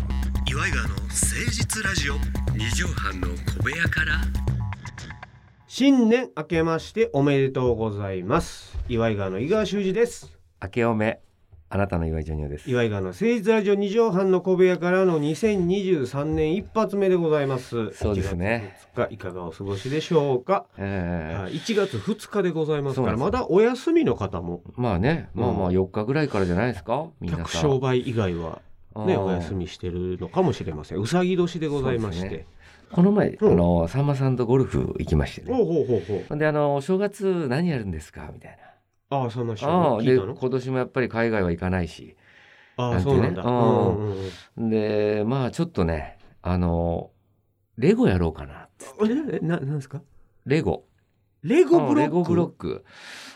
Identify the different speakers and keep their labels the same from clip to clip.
Speaker 1: イガーの誠実ラジオ
Speaker 2: 二畳半の小部屋から
Speaker 3: 新年明けましておめでとうございます岩井川の井川修司です
Speaker 2: 明けおめあなたの岩井ジョニオです
Speaker 3: 岩井川の誠実ラジオ二畳半の小部屋からの2023年一発目でございます
Speaker 2: そうですね
Speaker 3: 1月2日いかがお過ごしでしょうか
Speaker 2: え
Speaker 3: はい1月2日でございますから
Speaker 2: そうな
Speaker 3: ま
Speaker 2: んです
Speaker 3: だお休みの方も
Speaker 2: えまあねまあまあ4日ぐらいからじゃないですかみんな
Speaker 3: 客
Speaker 2: さ
Speaker 3: 商売以外はね
Speaker 2: あー
Speaker 3: お休みしてるのかもしれませんうさぎ年でございまし
Speaker 2: そう
Speaker 3: て、
Speaker 2: でこの前、
Speaker 3: うん
Speaker 2: あのさんまさんとゴルフ行きまして
Speaker 3: ほ
Speaker 2: ね
Speaker 3: うほうほうほう
Speaker 2: ほんであのお正月何やるんですかみたい
Speaker 3: ああそんな人
Speaker 2: なああ
Speaker 3: 聞
Speaker 2: で
Speaker 3: いたの
Speaker 2: 今年もやっぱり海外は行かないしな
Speaker 3: ああ
Speaker 2: んて
Speaker 3: そ
Speaker 2: ね
Speaker 3: うなんだ、
Speaker 2: う
Speaker 3: うんんうんうん
Speaker 2: でまあちょっとねあのレゴやろうかな
Speaker 3: ええななんですか
Speaker 2: レゴ
Speaker 3: レゴ
Speaker 2: う
Speaker 3: ブロック
Speaker 2: んレゴブロック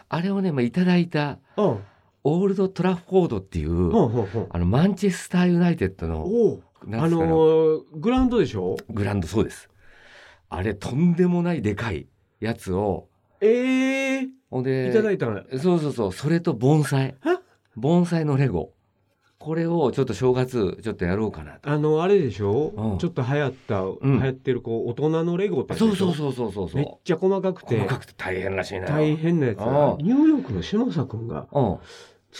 Speaker 2: あれをね、まあ、いただいた
Speaker 3: うん
Speaker 2: オールド・トラフォードっていう、
Speaker 3: ほうほうほう
Speaker 2: あのマンチェスター・ユナイテッドの
Speaker 3: おう
Speaker 2: なん
Speaker 3: あ
Speaker 2: です
Speaker 3: の
Speaker 2: かね
Speaker 3: ーグラウンドでしょ
Speaker 2: グラウンドそうですあれとんでもないでかいやつを
Speaker 3: ええ
Speaker 2: ほんで
Speaker 3: いただいたの、
Speaker 2: そうそうそうそれと盆栽
Speaker 3: え
Speaker 2: 盆栽のレゴこれをちょっと正月ちょっとやろうかなと
Speaker 3: あのあれでしょ、
Speaker 2: うん
Speaker 3: ちょっと流行った、
Speaker 2: ん
Speaker 3: 流行ってるこう大人のレゴってやつで
Speaker 2: そう
Speaker 3: しょ
Speaker 2: そうそうそうそうそ
Speaker 3: めっ
Speaker 2: う
Speaker 3: ちゃ細かくて
Speaker 2: 細かくて大変らしいな
Speaker 3: 大変なやつだな
Speaker 2: うん
Speaker 3: ニューヨークの島佐くんが
Speaker 2: うん
Speaker 3: 好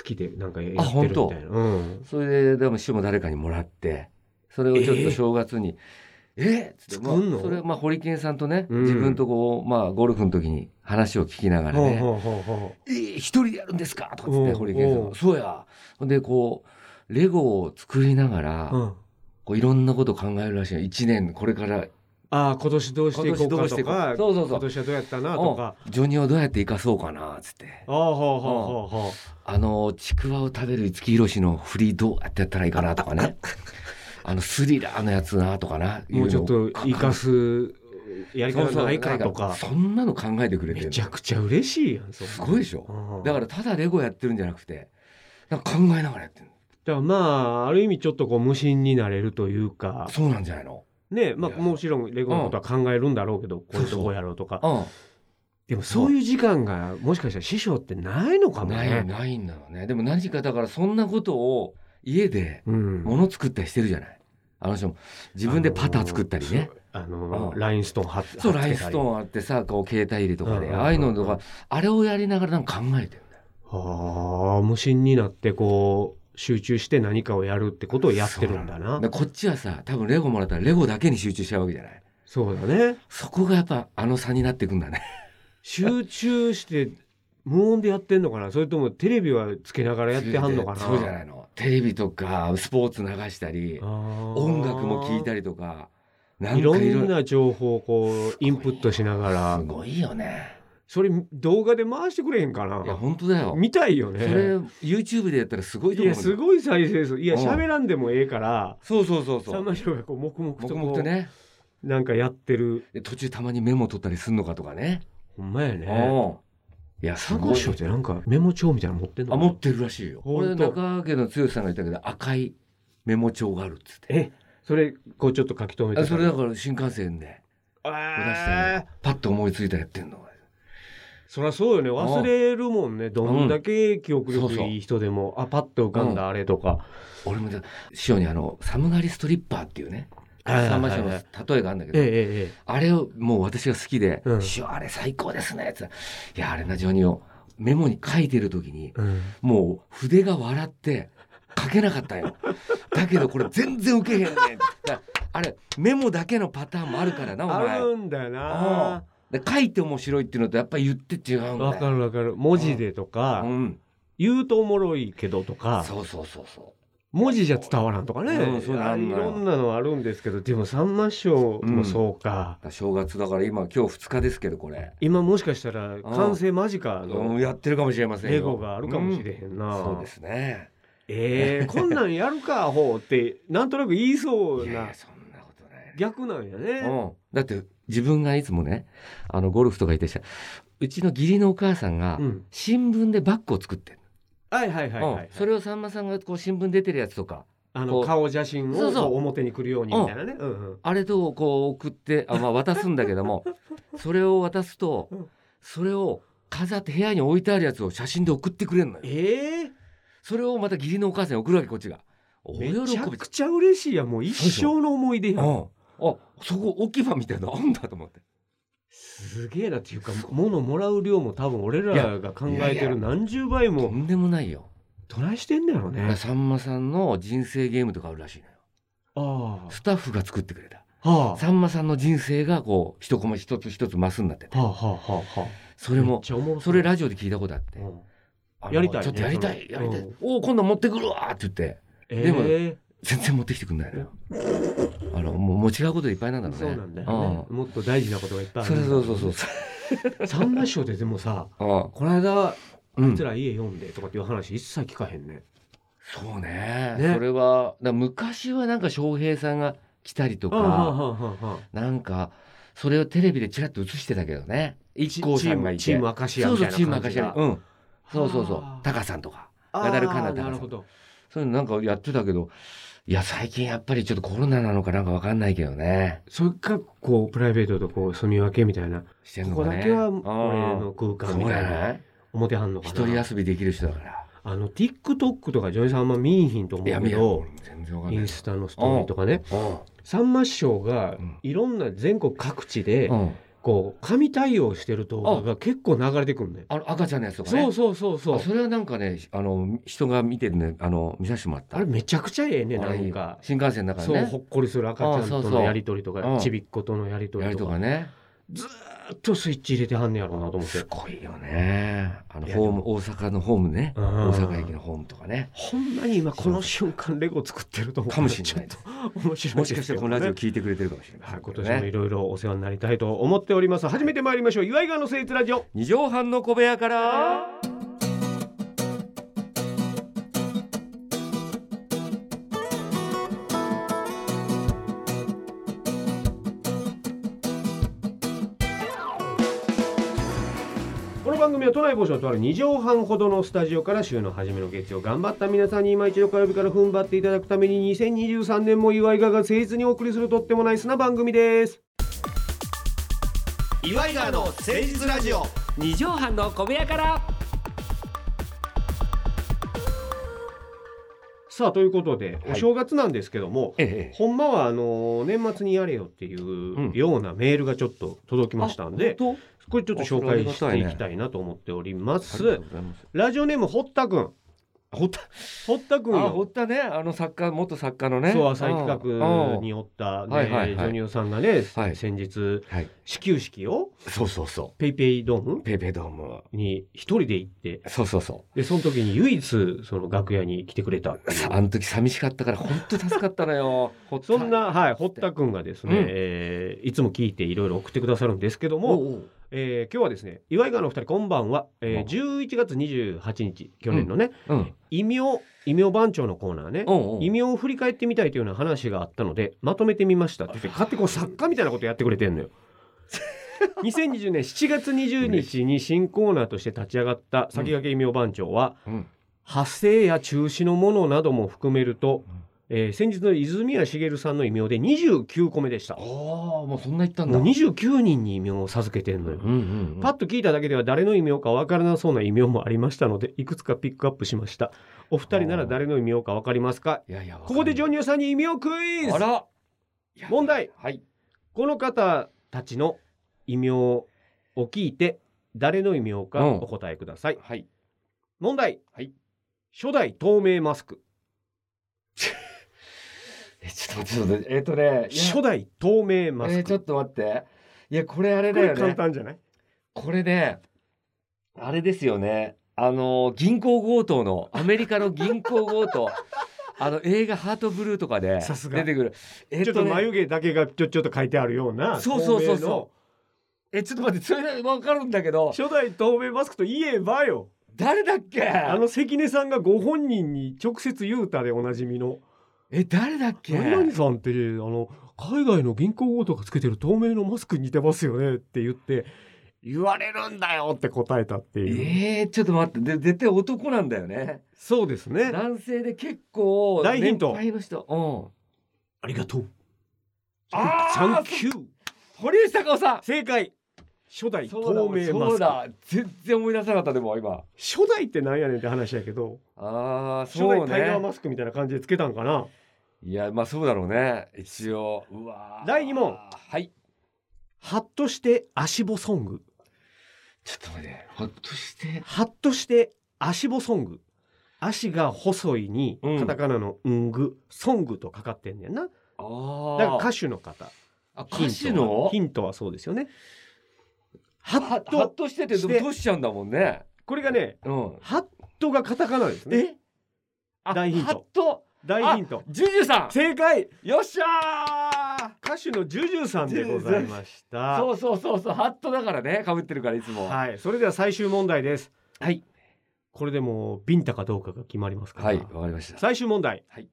Speaker 3: きでなんかや
Speaker 2: あ
Speaker 3: ってるみたいな、うん、
Speaker 2: それででも師匠も誰かにもらってそれをちょっと正月に「えっ!」つって、まあ
Speaker 3: 作んの
Speaker 2: それはまあホリケンさんとね、
Speaker 3: うん
Speaker 2: 自分とこう、まあ、ゴルフの時に話を聞きながら
Speaker 3: ほう
Speaker 2: ね
Speaker 3: ほうほうほ
Speaker 2: えー一人でやるんですか?」とかっつって
Speaker 3: うん
Speaker 2: 堀健さん
Speaker 3: う
Speaker 2: が「
Speaker 3: ん
Speaker 2: そうや」ほんでこうレゴを作りながら、
Speaker 3: う、うん、
Speaker 2: こういろんなことを考えるらしいの1年これから
Speaker 3: ああ今年どうしていこうかとか
Speaker 2: 今年どうしていこうそうそうそう
Speaker 3: 今年はどうやったなとか
Speaker 2: うんジョニーをどうやって生かそうかなっつって
Speaker 3: ああほうほうほうほう
Speaker 2: あのちくわを食べる五木ひろしの振りどうやってやったらいいかなとか ねあのスリラーのやつなとかな
Speaker 3: もうちょ
Speaker 2: い
Speaker 3: っ
Speaker 2: うのを
Speaker 3: と生かすやり方ないかとか
Speaker 2: そんなの考えてくれて
Speaker 3: め
Speaker 2: る
Speaker 3: ちゃ
Speaker 2: す
Speaker 3: くちゃ嬉しいやんす
Speaker 2: ごいでしょだからただレゴやってるんじゃなくてなんか考えながらやってる
Speaker 3: だからまあある意味ちょっとこう無心になれるというか
Speaker 2: そうなんじゃないの
Speaker 3: ねま
Speaker 2: いや
Speaker 3: あもちろんレゴのことは考えるんだろうけど、こういうとこやろうとか
Speaker 2: う
Speaker 3: でもそういう時間がもしかしたら師匠ってないのか
Speaker 2: ん
Speaker 3: も
Speaker 2: ない
Speaker 3: ね。
Speaker 2: ないんだろうねでも何かだからそんなことを家で
Speaker 3: うん
Speaker 2: 物作ったりしてるじゃないあの人も自分でパター作ったりね、
Speaker 3: あの
Speaker 2: うん
Speaker 3: ラインストーン貼って
Speaker 2: そうラインスト
Speaker 3: ン
Speaker 2: ーンあってさこう携帯入れとかで、
Speaker 3: うんうんうん
Speaker 2: ああいうのとかあれをやりながらなんか考えてるんだよ
Speaker 3: ああ無心になってこう集中して何かをやるってことをやってるんだな
Speaker 2: でこっちはさ多分レゴもらったらレゴだけに集中しちゃうわけじゃない
Speaker 3: そうだね
Speaker 2: そこがやっぱあの差になっていくんだね
Speaker 3: 集中して無音でやってんのかなそれともテレビはつけながらやってはんのかな
Speaker 2: そうじゃないのテレビとかスポーツ流したり音
Speaker 3: 音
Speaker 2: 楽も聴いたりとかなんか
Speaker 3: い
Speaker 2: いろ
Speaker 3: ろ
Speaker 2: いろ
Speaker 3: んな情報をこうインプットしながら
Speaker 2: すごいよね
Speaker 3: それ動画で回してくれへんかない
Speaker 2: や本当だよ
Speaker 3: 見たいよ
Speaker 2: それ
Speaker 3: ね
Speaker 2: YouTube でやったらすごいと
Speaker 3: い
Speaker 2: 思う
Speaker 3: や
Speaker 2: んだ
Speaker 3: すごい再生数いや
Speaker 2: うん
Speaker 3: 喋らんでもええから
Speaker 2: そうそうそうそ
Speaker 3: さん
Speaker 2: う
Speaker 3: ま師匠がこう黙々と
Speaker 2: 僕
Speaker 3: こ
Speaker 2: も
Speaker 3: う
Speaker 2: とね
Speaker 3: なんかやってる
Speaker 2: で途中たまにメモ取ったりすんのかとかね
Speaker 3: ほんまやね
Speaker 2: うんいやす
Speaker 3: さん
Speaker 2: ご
Speaker 3: ま
Speaker 2: い
Speaker 3: 師匠ってなんかメモ帳みたいなの持ってんの
Speaker 2: あ持ってるらしいよ
Speaker 3: ほ
Speaker 2: 俺
Speaker 3: んと
Speaker 2: 中川家の剛さんが言ったけど赤いメモ帳があるっつって
Speaker 3: えそれこうちょっと書き留め
Speaker 2: あ
Speaker 3: て
Speaker 2: それだから新幹線で出した
Speaker 3: あ
Speaker 2: らパッと思いついたらやってんの
Speaker 3: そりゃそうよね忘れるもんねどんだけ記憶
Speaker 2: そうそ
Speaker 3: 力
Speaker 2: う
Speaker 3: いい人でも、あパッと浮かんだあれとか、
Speaker 2: 俺もだ師匠にあの寒がりストリッパーっていうね
Speaker 3: はいはい
Speaker 2: さ
Speaker 3: はい
Speaker 2: んま師匠の例えがあるんだけど、
Speaker 3: え
Speaker 2: あれをもう私が好きで「
Speaker 3: うん
Speaker 2: 師匠あれ最高ですね」つっていやあれなジョニーをメモに書いてる時に
Speaker 3: えええうん
Speaker 2: もう筆が笑って書けなかったんよだけどこれ全然ウケへんねんだからあれメモだけのパターンもあるからなお
Speaker 3: あ
Speaker 2: 前
Speaker 3: るんだよ
Speaker 2: あ
Speaker 3: な
Speaker 2: で書いて面白いっていうのとやっぱり言って違うんだよ
Speaker 3: わかるわかる文字でとか、
Speaker 2: うん、
Speaker 3: 言うとおもろいけどとか
Speaker 2: そうそうそうそ
Speaker 3: 文字じゃ伝わらんとかね、
Speaker 2: うんそうなん
Speaker 3: い
Speaker 2: だよ
Speaker 3: ろんなのあるんですけどでもさんま師匠もそうか、
Speaker 2: うだ正月だから今今日2日ですけどこれ、
Speaker 3: 今もしかしたら完成間近
Speaker 2: う
Speaker 3: の
Speaker 2: んやってるかもしれませんよ
Speaker 3: レゴがあるかもしれへんな、
Speaker 2: うんそうですね
Speaker 3: ええこんなんやるかアホってなんとなく言いそ
Speaker 2: い
Speaker 3: う
Speaker 2: やい
Speaker 3: な
Speaker 2: やそんなことない
Speaker 3: 逆なんやね、
Speaker 2: うん、だって自分がいつもねあのゴルフとか行ってしたらうちの義理のお母さんが
Speaker 3: うん
Speaker 2: 新聞でバッグを作ってんの
Speaker 3: はいはいはいはい、はい
Speaker 2: うんそれをさんまさんがこう新聞出てるやつとか
Speaker 3: あ
Speaker 2: こ
Speaker 3: の
Speaker 2: う
Speaker 3: 顔写真を
Speaker 2: そうそう
Speaker 3: こう表に来るようにみたいなね、うんうん、
Speaker 2: あれとこう送ってあ、まあ、渡すんだけど もそれを渡すと
Speaker 3: うん
Speaker 2: それを飾って部屋に置いてあるやつを写真で送ってくれるのよ
Speaker 3: ええ
Speaker 2: それをまた義理のお母さんに送るわけこっちが。大
Speaker 3: めちゃ
Speaker 2: 喜び
Speaker 3: くちゃ嬉しいやんもう一生の思い出
Speaker 2: うん
Speaker 3: やん
Speaker 2: あそこ置き場みたいなのあんだと思って
Speaker 3: すげえだっていうか物もらう量も多分俺らが考え
Speaker 2: い
Speaker 3: て
Speaker 2: やいや
Speaker 3: る何十倍
Speaker 2: と
Speaker 3: も
Speaker 2: んでもないよ、
Speaker 3: トライしてんだろうね
Speaker 2: さんまさんの人生ゲームとかあるらしいのよ
Speaker 3: あ
Speaker 2: スタッフが作ってくれた
Speaker 3: あは
Speaker 2: さんまさんの人生がこう一コマ一つ一つマスになってて
Speaker 3: あはあはあはあはあ
Speaker 2: それ
Speaker 3: めっ
Speaker 2: も
Speaker 3: ちゃおもろ
Speaker 2: それラジオで聞いたことあって
Speaker 3: う、ん
Speaker 2: あの
Speaker 3: やりたいね
Speaker 2: ちょっとやりたい
Speaker 3: そ
Speaker 2: や
Speaker 3: れ
Speaker 2: りたい、
Speaker 3: うん
Speaker 2: おお今度持ってくるわって言って
Speaker 3: え
Speaker 2: でも
Speaker 3: え
Speaker 2: 全然持ってきてくんないのよあのもうもう違うことでいっぱいなんだろうね
Speaker 3: そうなんだよねもっと大事なことがいっぱ
Speaker 2: う
Speaker 3: い
Speaker 2: んそ
Speaker 3: ある
Speaker 2: うそうそうそう
Speaker 3: うさんま師匠ってでもさ
Speaker 2: あ
Speaker 3: この間
Speaker 2: う
Speaker 3: うんちら家読んでとかっていう話一切聞かへんね
Speaker 2: そうね
Speaker 3: ね
Speaker 2: それはだ昔はなんか翔平さんが来たりと
Speaker 3: ああはあ
Speaker 2: か
Speaker 3: はあはあ
Speaker 2: なんかそれをテレビでちらっと映してたけどね
Speaker 3: チ
Speaker 2: 一光さんがいて
Speaker 3: チーム明石家
Speaker 2: そ
Speaker 3: み
Speaker 2: うそう
Speaker 3: たいな感
Speaker 2: チ
Speaker 3: じ
Speaker 2: ーム明石家
Speaker 3: が
Speaker 2: うんそうそうそう
Speaker 3: はあ
Speaker 2: タカさんとか
Speaker 3: あー
Speaker 2: ナダルカナダルさん
Speaker 3: なるほど
Speaker 2: そういうのなんかやってたけどいや最近やっぱりちょっとコロナなのかなんかわかんないけどね
Speaker 3: それかこうプライベートとこう住み分けみたいな
Speaker 2: してん
Speaker 3: こ
Speaker 2: のか
Speaker 3: こだ
Speaker 2: ね
Speaker 3: けは
Speaker 2: うん
Speaker 3: 俺の空間み
Speaker 2: そう
Speaker 3: た
Speaker 2: や
Speaker 3: いな
Speaker 2: ない
Speaker 3: 表はんのか
Speaker 2: 一人
Speaker 3: な
Speaker 2: 遊びできる人だから
Speaker 3: あの TikTok とか女優さんあんま見いひんと思う
Speaker 2: いや
Speaker 3: け
Speaker 2: 見る
Speaker 3: ど
Speaker 2: 全然わかん
Speaker 3: イ
Speaker 2: ない
Speaker 3: ンスタのストーリーとかねさんま師匠が
Speaker 2: うん
Speaker 3: いろんな全国各地で
Speaker 2: うんうん
Speaker 3: こう神対応してる動画が結構流れてくるね
Speaker 2: あの赤ちゃんのやつとかね
Speaker 3: そうそうそうそ
Speaker 2: あ
Speaker 3: う
Speaker 2: それはなんかねあの人が見てるねあの見させてもらった
Speaker 3: あれめちゃくちゃええね
Speaker 2: あ
Speaker 3: な
Speaker 2: れいい
Speaker 3: ん
Speaker 2: よ
Speaker 3: か
Speaker 2: 新幹線の中で
Speaker 3: そう
Speaker 2: ね
Speaker 3: ほっこりする赤ちゃん
Speaker 2: あそ
Speaker 3: と
Speaker 2: う
Speaker 3: の
Speaker 2: そう
Speaker 3: やりとりと
Speaker 2: う
Speaker 3: か
Speaker 2: ん
Speaker 3: ちびっことのやりと
Speaker 2: や
Speaker 3: り
Speaker 2: る
Speaker 3: と
Speaker 2: と
Speaker 3: か
Speaker 2: かね
Speaker 3: ずーっとスイッチ入れてはんねやろうなと思って
Speaker 2: すごいよねあの
Speaker 3: いやでも
Speaker 2: ホーム大阪のホームね
Speaker 3: うん
Speaker 2: 大阪駅のホームとかね
Speaker 3: ほんまに今この瞬間レゴ作ってると思う
Speaker 2: かもしれない
Speaker 3: ちょっと面白い
Speaker 2: もしかしてこのラジオ
Speaker 3: です
Speaker 2: 聞いてくれてるかもしれ
Speaker 3: けど
Speaker 2: な
Speaker 3: ね
Speaker 2: い
Speaker 3: はい今年もいろいろお世話になりたいと思っております初めて参りましょう岩井川の聖地ラジオ
Speaker 2: 二畳半の小部屋から
Speaker 3: この番組は都内某所のとある2畳半ほどのスタジオから週の初めの月曜頑張った皆さんに今一度火曜日から踏ん張っていただくために2023年も岩井川が誠実にお送りするとってもナイスな番組です
Speaker 1: 岩井川の誠実ラジオ
Speaker 2: 二畳半の小部屋から
Speaker 3: さあということでお正月なんですけども、
Speaker 2: ええ
Speaker 3: ほんまはあの年末にやれよってい
Speaker 2: ん
Speaker 3: うようなメールがちょっと届きましたんで、
Speaker 2: と
Speaker 3: これちょっと紹介していきたいなと思っておりま
Speaker 2: あ
Speaker 3: す。
Speaker 2: りがとうございます
Speaker 3: ラジオネーム堀田君、
Speaker 2: ほった
Speaker 3: 堀田君
Speaker 2: あほ
Speaker 3: よ。
Speaker 2: ったねあの作家元作家のね
Speaker 3: そう浅井企画
Speaker 2: うん
Speaker 3: におった
Speaker 2: はいはいは
Speaker 3: ね
Speaker 2: い
Speaker 3: ジョニオさんがね
Speaker 2: はい
Speaker 3: 先日
Speaker 2: はい
Speaker 3: 始球式を
Speaker 2: そうそうそ
Speaker 3: ペイペイドーム
Speaker 2: うペイペイドーム
Speaker 3: に一人で行って
Speaker 2: そうそうそう
Speaker 3: でその時に唯一その楽屋に来てくれたっていう
Speaker 2: さあの時寂しかったから本当助かったのよ ほった
Speaker 3: そんなはい堀田君がですね
Speaker 2: うん
Speaker 3: えーいつも聞いていろいろ送ってくださるんですけど
Speaker 2: お
Speaker 3: も
Speaker 2: うおう
Speaker 3: えー今日はですね岩井川のお二人こんばんはえー11月28日去年のね
Speaker 2: うん
Speaker 3: 異名異名番長のコーナーね
Speaker 2: うんうん
Speaker 3: 異名を振り返ってみたいというような話があったのでまとめてみましたって言って勝手にこう作家みたいなことやってくれてん のよ。2020年7月20日に新コーナーとして立ち上がった先駆け異名番長は、
Speaker 2: うん
Speaker 3: 発生や中止のものなども含めると、えー先日の泉谷茂さんの異名で29個目でした
Speaker 2: ああ
Speaker 3: も
Speaker 2: もうそんな言ったんだ
Speaker 3: う29人に異名を授けてんのよ、
Speaker 2: うんうんうん
Speaker 3: パッと聞いただけでは誰の異名かわからなそうな異名もありましたのでいくつかピックアップしましたお二人なら誰の異名かわかりますか
Speaker 2: いやいやわかんない
Speaker 3: ここでジョニオさんに異名クイズ
Speaker 2: あらいや
Speaker 3: 問題
Speaker 2: はい
Speaker 3: この方たちの異名を聞いて誰の異名か
Speaker 2: うん
Speaker 3: お答えください、
Speaker 2: はい
Speaker 3: 問題、
Speaker 2: はい
Speaker 3: 初代透明マスク
Speaker 2: えちょっと待ってちょっと待ってえっとねいや
Speaker 3: 初代透明マ
Speaker 2: え
Speaker 3: ス
Speaker 2: ーち
Speaker 3: ク、
Speaker 2: ょっと待っていやこれあれ
Speaker 3: こ
Speaker 2: だ
Speaker 3: れ
Speaker 2: よ
Speaker 3: 簡
Speaker 2: ね
Speaker 3: 単じゃない
Speaker 2: これねあれですよねあの銀行強盗のアメリカの銀行強盗 あの映画「ハートブルー」とかで
Speaker 3: さすが
Speaker 2: 出てくるえっ
Speaker 3: ちょっ
Speaker 2: と
Speaker 3: と
Speaker 2: ね
Speaker 3: 眉毛だけがちょちょっと書いてあるような
Speaker 2: そうそうそうそううえちょっと待ってそれわかるんだけど
Speaker 3: 初代透明マスクといえばよ
Speaker 2: 誰だっけ
Speaker 3: あの関根さんがご本人に直接言うたでおなじみの
Speaker 2: え誰だっけ
Speaker 3: 何々さんってあの海外の銀行強盗がつけてる透明のマスクに似てますよねって言って言われるんだよって答えたってい
Speaker 2: え
Speaker 3: う、
Speaker 2: ー、ちょっと待ってで絶対男なんだよね
Speaker 3: そうですね
Speaker 2: 男性で結構
Speaker 3: 大ヒント
Speaker 2: 年配の人うん
Speaker 3: ありがとう
Speaker 2: あー
Speaker 3: サンキュー
Speaker 2: 堀内孝雄さん
Speaker 3: 正解初代
Speaker 2: そうだ
Speaker 3: 透明マ
Speaker 2: そう
Speaker 3: スク
Speaker 2: だ全然思い出せなかったでも今
Speaker 3: 初代ってなんやねんって話やけど
Speaker 2: ああ
Speaker 3: 初
Speaker 2: そ
Speaker 3: 代
Speaker 2: う
Speaker 3: タイガー
Speaker 2: ね
Speaker 3: マスクみたいな感じでつけたんかない
Speaker 2: やまあそうだろうね一応うわー
Speaker 3: 第二問
Speaker 2: はい
Speaker 3: ハッとして足棒ソング
Speaker 2: ちょっと待ってほっとして
Speaker 3: ハッとして足棒ソング足が細いに
Speaker 2: うん
Speaker 3: カタカナの「うんぐ」ソング」とかかってんねんな
Speaker 2: あ
Speaker 3: だ
Speaker 2: ー
Speaker 3: から歌手の方
Speaker 2: あ
Speaker 3: ヒントは
Speaker 2: 歌手の
Speaker 3: ヒントはそうですよねハ
Speaker 2: は
Speaker 3: ッ
Speaker 2: はっ
Speaker 3: と
Speaker 2: としててでも
Speaker 3: して
Speaker 2: トシちゃんだもんね
Speaker 3: これがね
Speaker 2: うん
Speaker 3: ハットがカタカナですね
Speaker 2: えあ
Speaker 3: 大ヒント
Speaker 2: はっと
Speaker 3: 大ヒント
Speaker 2: ジュジュさ
Speaker 3: 正解
Speaker 2: んよっしゃ
Speaker 3: 歌手のジュジュさんでございまし
Speaker 2: ー
Speaker 3: た
Speaker 2: そうそうそうそうハットだからねかぶってるからいつもい
Speaker 3: はいそれでは最終問題です
Speaker 2: はい
Speaker 3: これでもうビンタかどうかが決まりますから、
Speaker 2: はいわかりました
Speaker 3: 最終問題、
Speaker 2: はい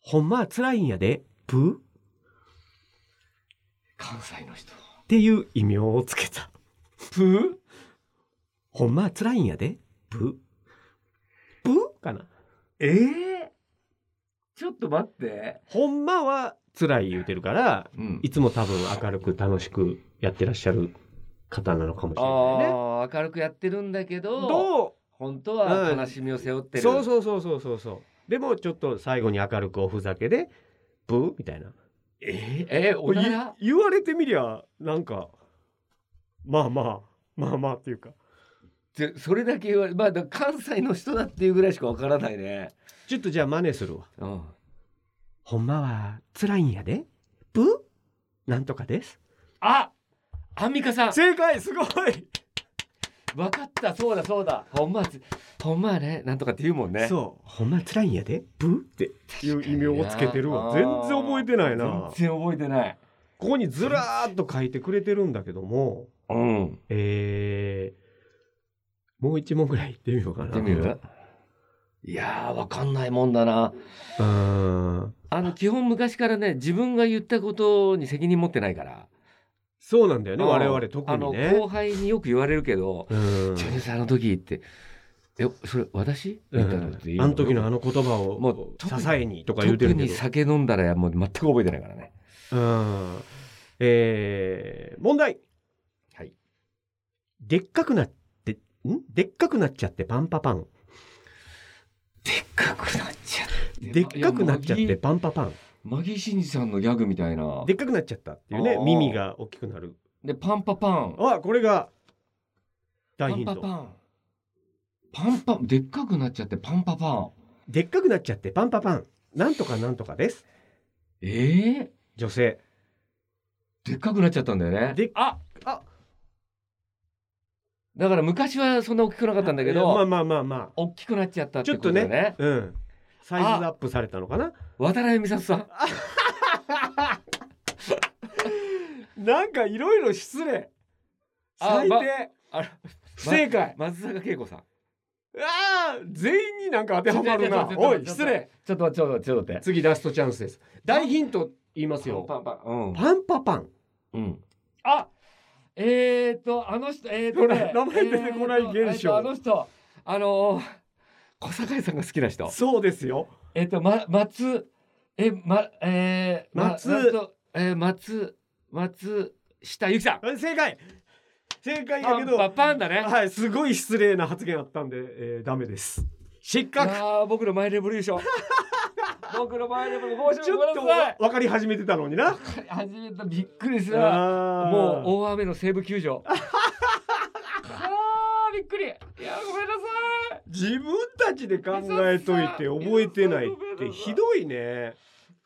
Speaker 3: ほんまは辛いんやでプ
Speaker 2: 関西の人
Speaker 3: ーっていう異名をつけた
Speaker 2: プ
Speaker 3: ほんまは辛いんやでプープーかな
Speaker 2: ーええちょっと待って
Speaker 3: ほんまは辛い言うてるから
Speaker 2: うん
Speaker 3: いつも多分明るく楽しくやってらっしゃる方なのかもしれないね
Speaker 2: ああ明るくやってるんだけど
Speaker 3: ど
Speaker 2: 本当は
Speaker 3: うん
Speaker 2: 悲しみを背負ってる
Speaker 3: うそうそうそうそうそうそうでもちょっと最後に明るくおふざけでプーみたいな
Speaker 2: えーえーお
Speaker 3: い
Speaker 2: なら
Speaker 3: 言われてみりゃなんかまあまあまあまあっていうか
Speaker 2: でそれだけ言われまあだから関西の人だっていうぐらいしかわからないね
Speaker 3: ちょっとじゃあ真似するわ
Speaker 2: うん
Speaker 3: ほんまは辛いんやでプなんとかです
Speaker 2: あアンミカさん
Speaker 3: 正解すごい
Speaker 2: 分かったそうだそうだほんまはつほんまはねなんとかって言うもんね
Speaker 3: そうほんま辛いんやでプっていう
Speaker 2: 確かに
Speaker 3: 異名をつけてるわ全然覚えてないな
Speaker 2: 全然覚えてない
Speaker 3: ここにずらーっと書いてくれてるんだけども
Speaker 2: うん
Speaker 3: えー、もう一問ぐらい行ってみようかな
Speaker 2: やってみるいやーわかんないもんだな
Speaker 3: うーん
Speaker 2: あの基本昔からね自分が言ったことに責任持ってないから
Speaker 3: そうなんだよね
Speaker 2: うん
Speaker 3: 我々特に
Speaker 2: あの
Speaker 3: ね
Speaker 2: 後輩によく言われるけど
Speaker 3: う
Speaker 2: 「
Speaker 3: ーん
Speaker 2: ジュニさんあの時」って「えそれ私?」み
Speaker 3: う
Speaker 2: たいなのって言
Speaker 3: ん
Speaker 2: う
Speaker 3: あの時の
Speaker 2: の
Speaker 3: あの言葉を
Speaker 2: もう
Speaker 3: こう支
Speaker 2: 特に
Speaker 3: えにとか言うて
Speaker 2: 特
Speaker 3: るけ
Speaker 2: に
Speaker 3: ど
Speaker 2: 酒飲んだらもう全く覚えてないからね
Speaker 3: うんえー、問題
Speaker 2: はい
Speaker 3: でっかくなってんでっかくなっちゃってパンパパン
Speaker 2: でっかくなっちゃって
Speaker 3: でっかくなっちゃってパンパパン
Speaker 2: マギーシンジさんのギャグみたいなで
Speaker 3: でっかくなっちゃったっていうね
Speaker 2: あー
Speaker 3: 耳が大きくなる
Speaker 2: パンパパン
Speaker 3: あこれが大
Speaker 2: パ
Speaker 3: ヒン
Speaker 2: ン
Speaker 3: ト
Speaker 2: パパンパンパンでっかくなっちゃってパンパパン
Speaker 3: でっかくなっちゃってパンパパンなんとかなんとかです
Speaker 2: ええ
Speaker 3: 女性
Speaker 2: でっかくなっちゃったんだよね
Speaker 3: で
Speaker 2: あ
Speaker 3: あ
Speaker 2: だから昔はそんな大きくなかったんだけ
Speaker 3: いやまあ
Speaker 2: ど
Speaker 3: まあまあま
Speaker 2: 大きくなっちゃったっ
Speaker 3: あち
Speaker 2: て
Speaker 3: ょっ
Speaker 2: こと
Speaker 3: と
Speaker 2: だよ
Speaker 3: ね
Speaker 2: ね
Speaker 3: うんサイズアップされたのかな
Speaker 2: 渡辺美里さん
Speaker 3: なんかいろいろ失礼
Speaker 2: あ
Speaker 3: 最低
Speaker 2: まあれ
Speaker 3: 不正解
Speaker 2: ま松坂慶子さん
Speaker 3: ああ全員になんか当てはまるな
Speaker 2: ちょちょ
Speaker 3: おい
Speaker 2: ちょ
Speaker 3: 失礼
Speaker 2: ちょっとちょっとちょっと待って
Speaker 3: 次ラストチャンスです大ヒント言いますよ
Speaker 2: パンパンうん
Speaker 3: パンパパン
Speaker 2: うんあえっとあの人えっとね
Speaker 3: ほら名前出てこない
Speaker 2: えー
Speaker 3: 現象
Speaker 2: とえーとあの人あのー小堺さんが好きな人
Speaker 3: そうですよ
Speaker 2: えっと、ま、松、え、ま、えー、ま
Speaker 3: 松
Speaker 2: なんとえー、松、松下ゆきさん。
Speaker 3: 正解正解や
Speaker 2: パ
Speaker 3: け
Speaker 2: ン
Speaker 3: ど
Speaker 2: パパンだね。
Speaker 3: はいすごい失礼な発言あったんで、えー、ダメです失
Speaker 2: あ
Speaker 3: 格
Speaker 2: あー、僕のマイレボリュー ション。僕のマイレボリューション。
Speaker 3: ちょっとわ分かり始めてたのにな
Speaker 2: 初めてびっくりするわ。もう
Speaker 3: も
Speaker 2: 大雨の西武球 場。ああ、びっくり。いや、ごめんなさい。
Speaker 3: う自分たちで考えといて覚えてないってひどいね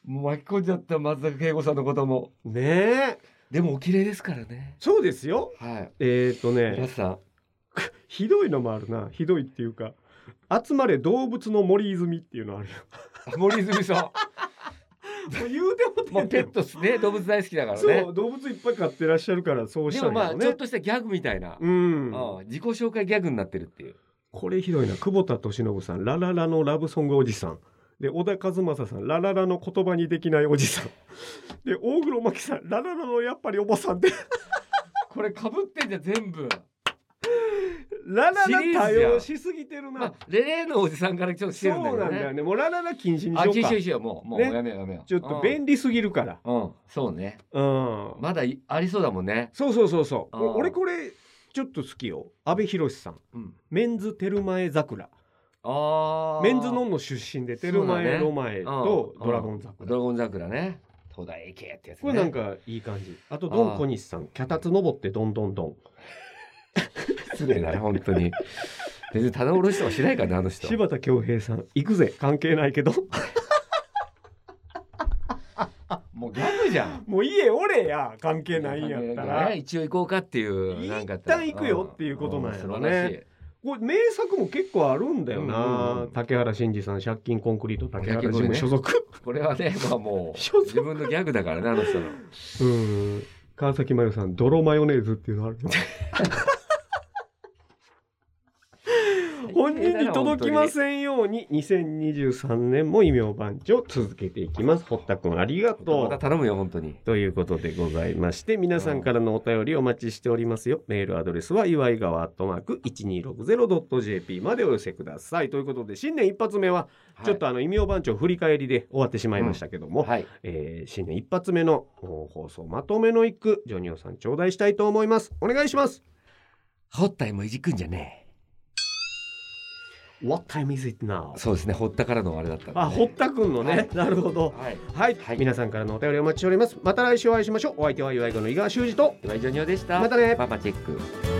Speaker 2: もう巻き込んじゃった松坂慶子さんのことも。
Speaker 3: ねえ
Speaker 2: でもお綺麗ですからね。
Speaker 3: そうですよ
Speaker 2: はい。
Speaker 3: えっ、ー、と
Speaker 2: 皆
Speaker 3: ね
Speaker 2: さん。
Speaker 3: ひどいのもあるなひどいっていうか集まれ動物の森泉っていうの あるよ
Speaker 2: 森泉さん。
Speaker 3: もう言うてもて ん
Speaker 2: もうペ
Speaker 3: ねん
Speaker 2: ットっすね動物大好きだからね
Speaker 3: そう動物いっぱい飼ってらっしゃるからそうし
Speaker 2: で
Speaker 3: た
Speaker 2: も
Speaker 3: んや
Speaker 2: まあ
Speaker 3: ろう
Speaker 2: ちょっ
Speaker 3: ね
Speaker 2: としたギャグみたいな、
Speaker 3: うん
Speaker 2: うん自己紹介ギャグになってるっていう
Speaker 3: これひどいな久保田利伸さん「ラララ」のラブソングおじさんで小田和正さん「ラララ」の言葉にできないおじさんで大黒摩季さん「ラララ」のやっぱりおばさんで
Speaker 2: これかぶってんじゃん全部
Speaker 3: ララ
Speaker 2: シリーズじ
Speaker 3: ラ
Speaker 2: ゃん
Speaker 3: 多用しすぎてる
Speaker 2: まあ
Speaker 3: な。、
Speaker 2: レレのおじさんからちょっとして
Speaker 3: そう
Speaker 2: るんだけど
Speaker 3: なんだよ
Speaker 2: ね。
Speaker 3: ね。もうラララ禁止にし
Speaker 2: あ、
Speaker 3: よう
Speaker 2: 禁止
Speaker 3: か
Speaker 2: に。しよう、もう、もう、
Speaker 3: ね
Speaker 2: やめよう、やめよう。
Speaker 3: ちょっと
Speaker 2: 利。
Speaker 3: 便利すぎるから。
Speaker 2: うん、そうね。
Speaker 3: うん。
Speaker 2: まだいありそうだもんね。
Speaker 3: そうそうそうそう。
Speaker 2: あー
Speaker 3: お俺これちょっと好きよ。阿部寛さん。
Speaker 2: うん。
Speaker 3: メンズテルマエ桜。
Speaker 2: ああ。
Speaker 3: メンズノンの出身でテルマエロマエとドラゴン
Speaker 2: ド
Speaker 3: 桜。
Speaker 2: ラゴン桜ね。東大 AK ってやつね。
Speaker 3: これなんかいい感じ。あとドン小西さん。脚立登ってどんどんどん。
Speaker 2: 失礼だね、本当に。別に棚卸しとかしないからね、あの人。
Speaker 3: 柴田恭平さん。行くぜ。関係ないけど。
Speaker 2: もうギャグじゃん。
Speaker 3: もう家おれや。関係ないんやったら
Speaker 2: ね。一応行こうかっていう。なんかあったら
Speaker 3: 一旦行くよっていうことなんや
Speaker 2: うんう
Speaker 3: ろね。
Speaker 2: ん素晴らしい
Speaker 3: これ名作も結構あるんだよな、
Speaker 2: うんうんうん
Speaker 3: 竹原慎二さん「借金コンクリート」竹原
Speaker 2: 借金コ
Speaker 3: 慎
Speaker 2: ンクリ
Speaker 3: 二所属、
Speaker 2: これはね、まあ も
Speaker 3: 所
Speaker 2: う、
Speaker 3: 属
Speaker 2: 自分のギャグだからね、あの人の。
Speaker 3: うん川崎麻世さん「泥マヨネーズ」っていうのある 本人に届きませんように2023年も異名番長続けていきます堀田君ありがと
Speaker 2: また
Speaker 3: う
Speaker 2: 頼むよ、本当に。
Speaker 3: ということでございまして皆さんからのお便りお待ちしておりますよメールアドレスは祝い川アットマーク 1260.jp までお寄せくださいということで新年一発目は
Speaker 2: はい
Speaker 3: ちょっとあの異名番長振り返りで終わってしまいましたけども、
Speaker 2: はい。
Speaker 3: えー新年一発目のお放送まとめの一句ジョニオさん頂戴したいと思いますお願いします
Speaker 2: ほったいもいじくんじゃね
Speaker 3: What time is it now?
Speaker 2: え。そうですね、ほったからのあれだったんでね
Speaker 3: あ、堀田くんのね、
Speaker 2: はい
Speaker 3: なるほど
Speaker 2: はい。
Speaker 3: はい、
Speaker 2: はい
Speaker 3: 皆さんからのお便りお待ちしておりますまた来週お会いしましょうお相手は祝い川の井川修司と
Speaker 2: では、以上におでした。
Speaker 3: またね
Speaker 2: パパチェック。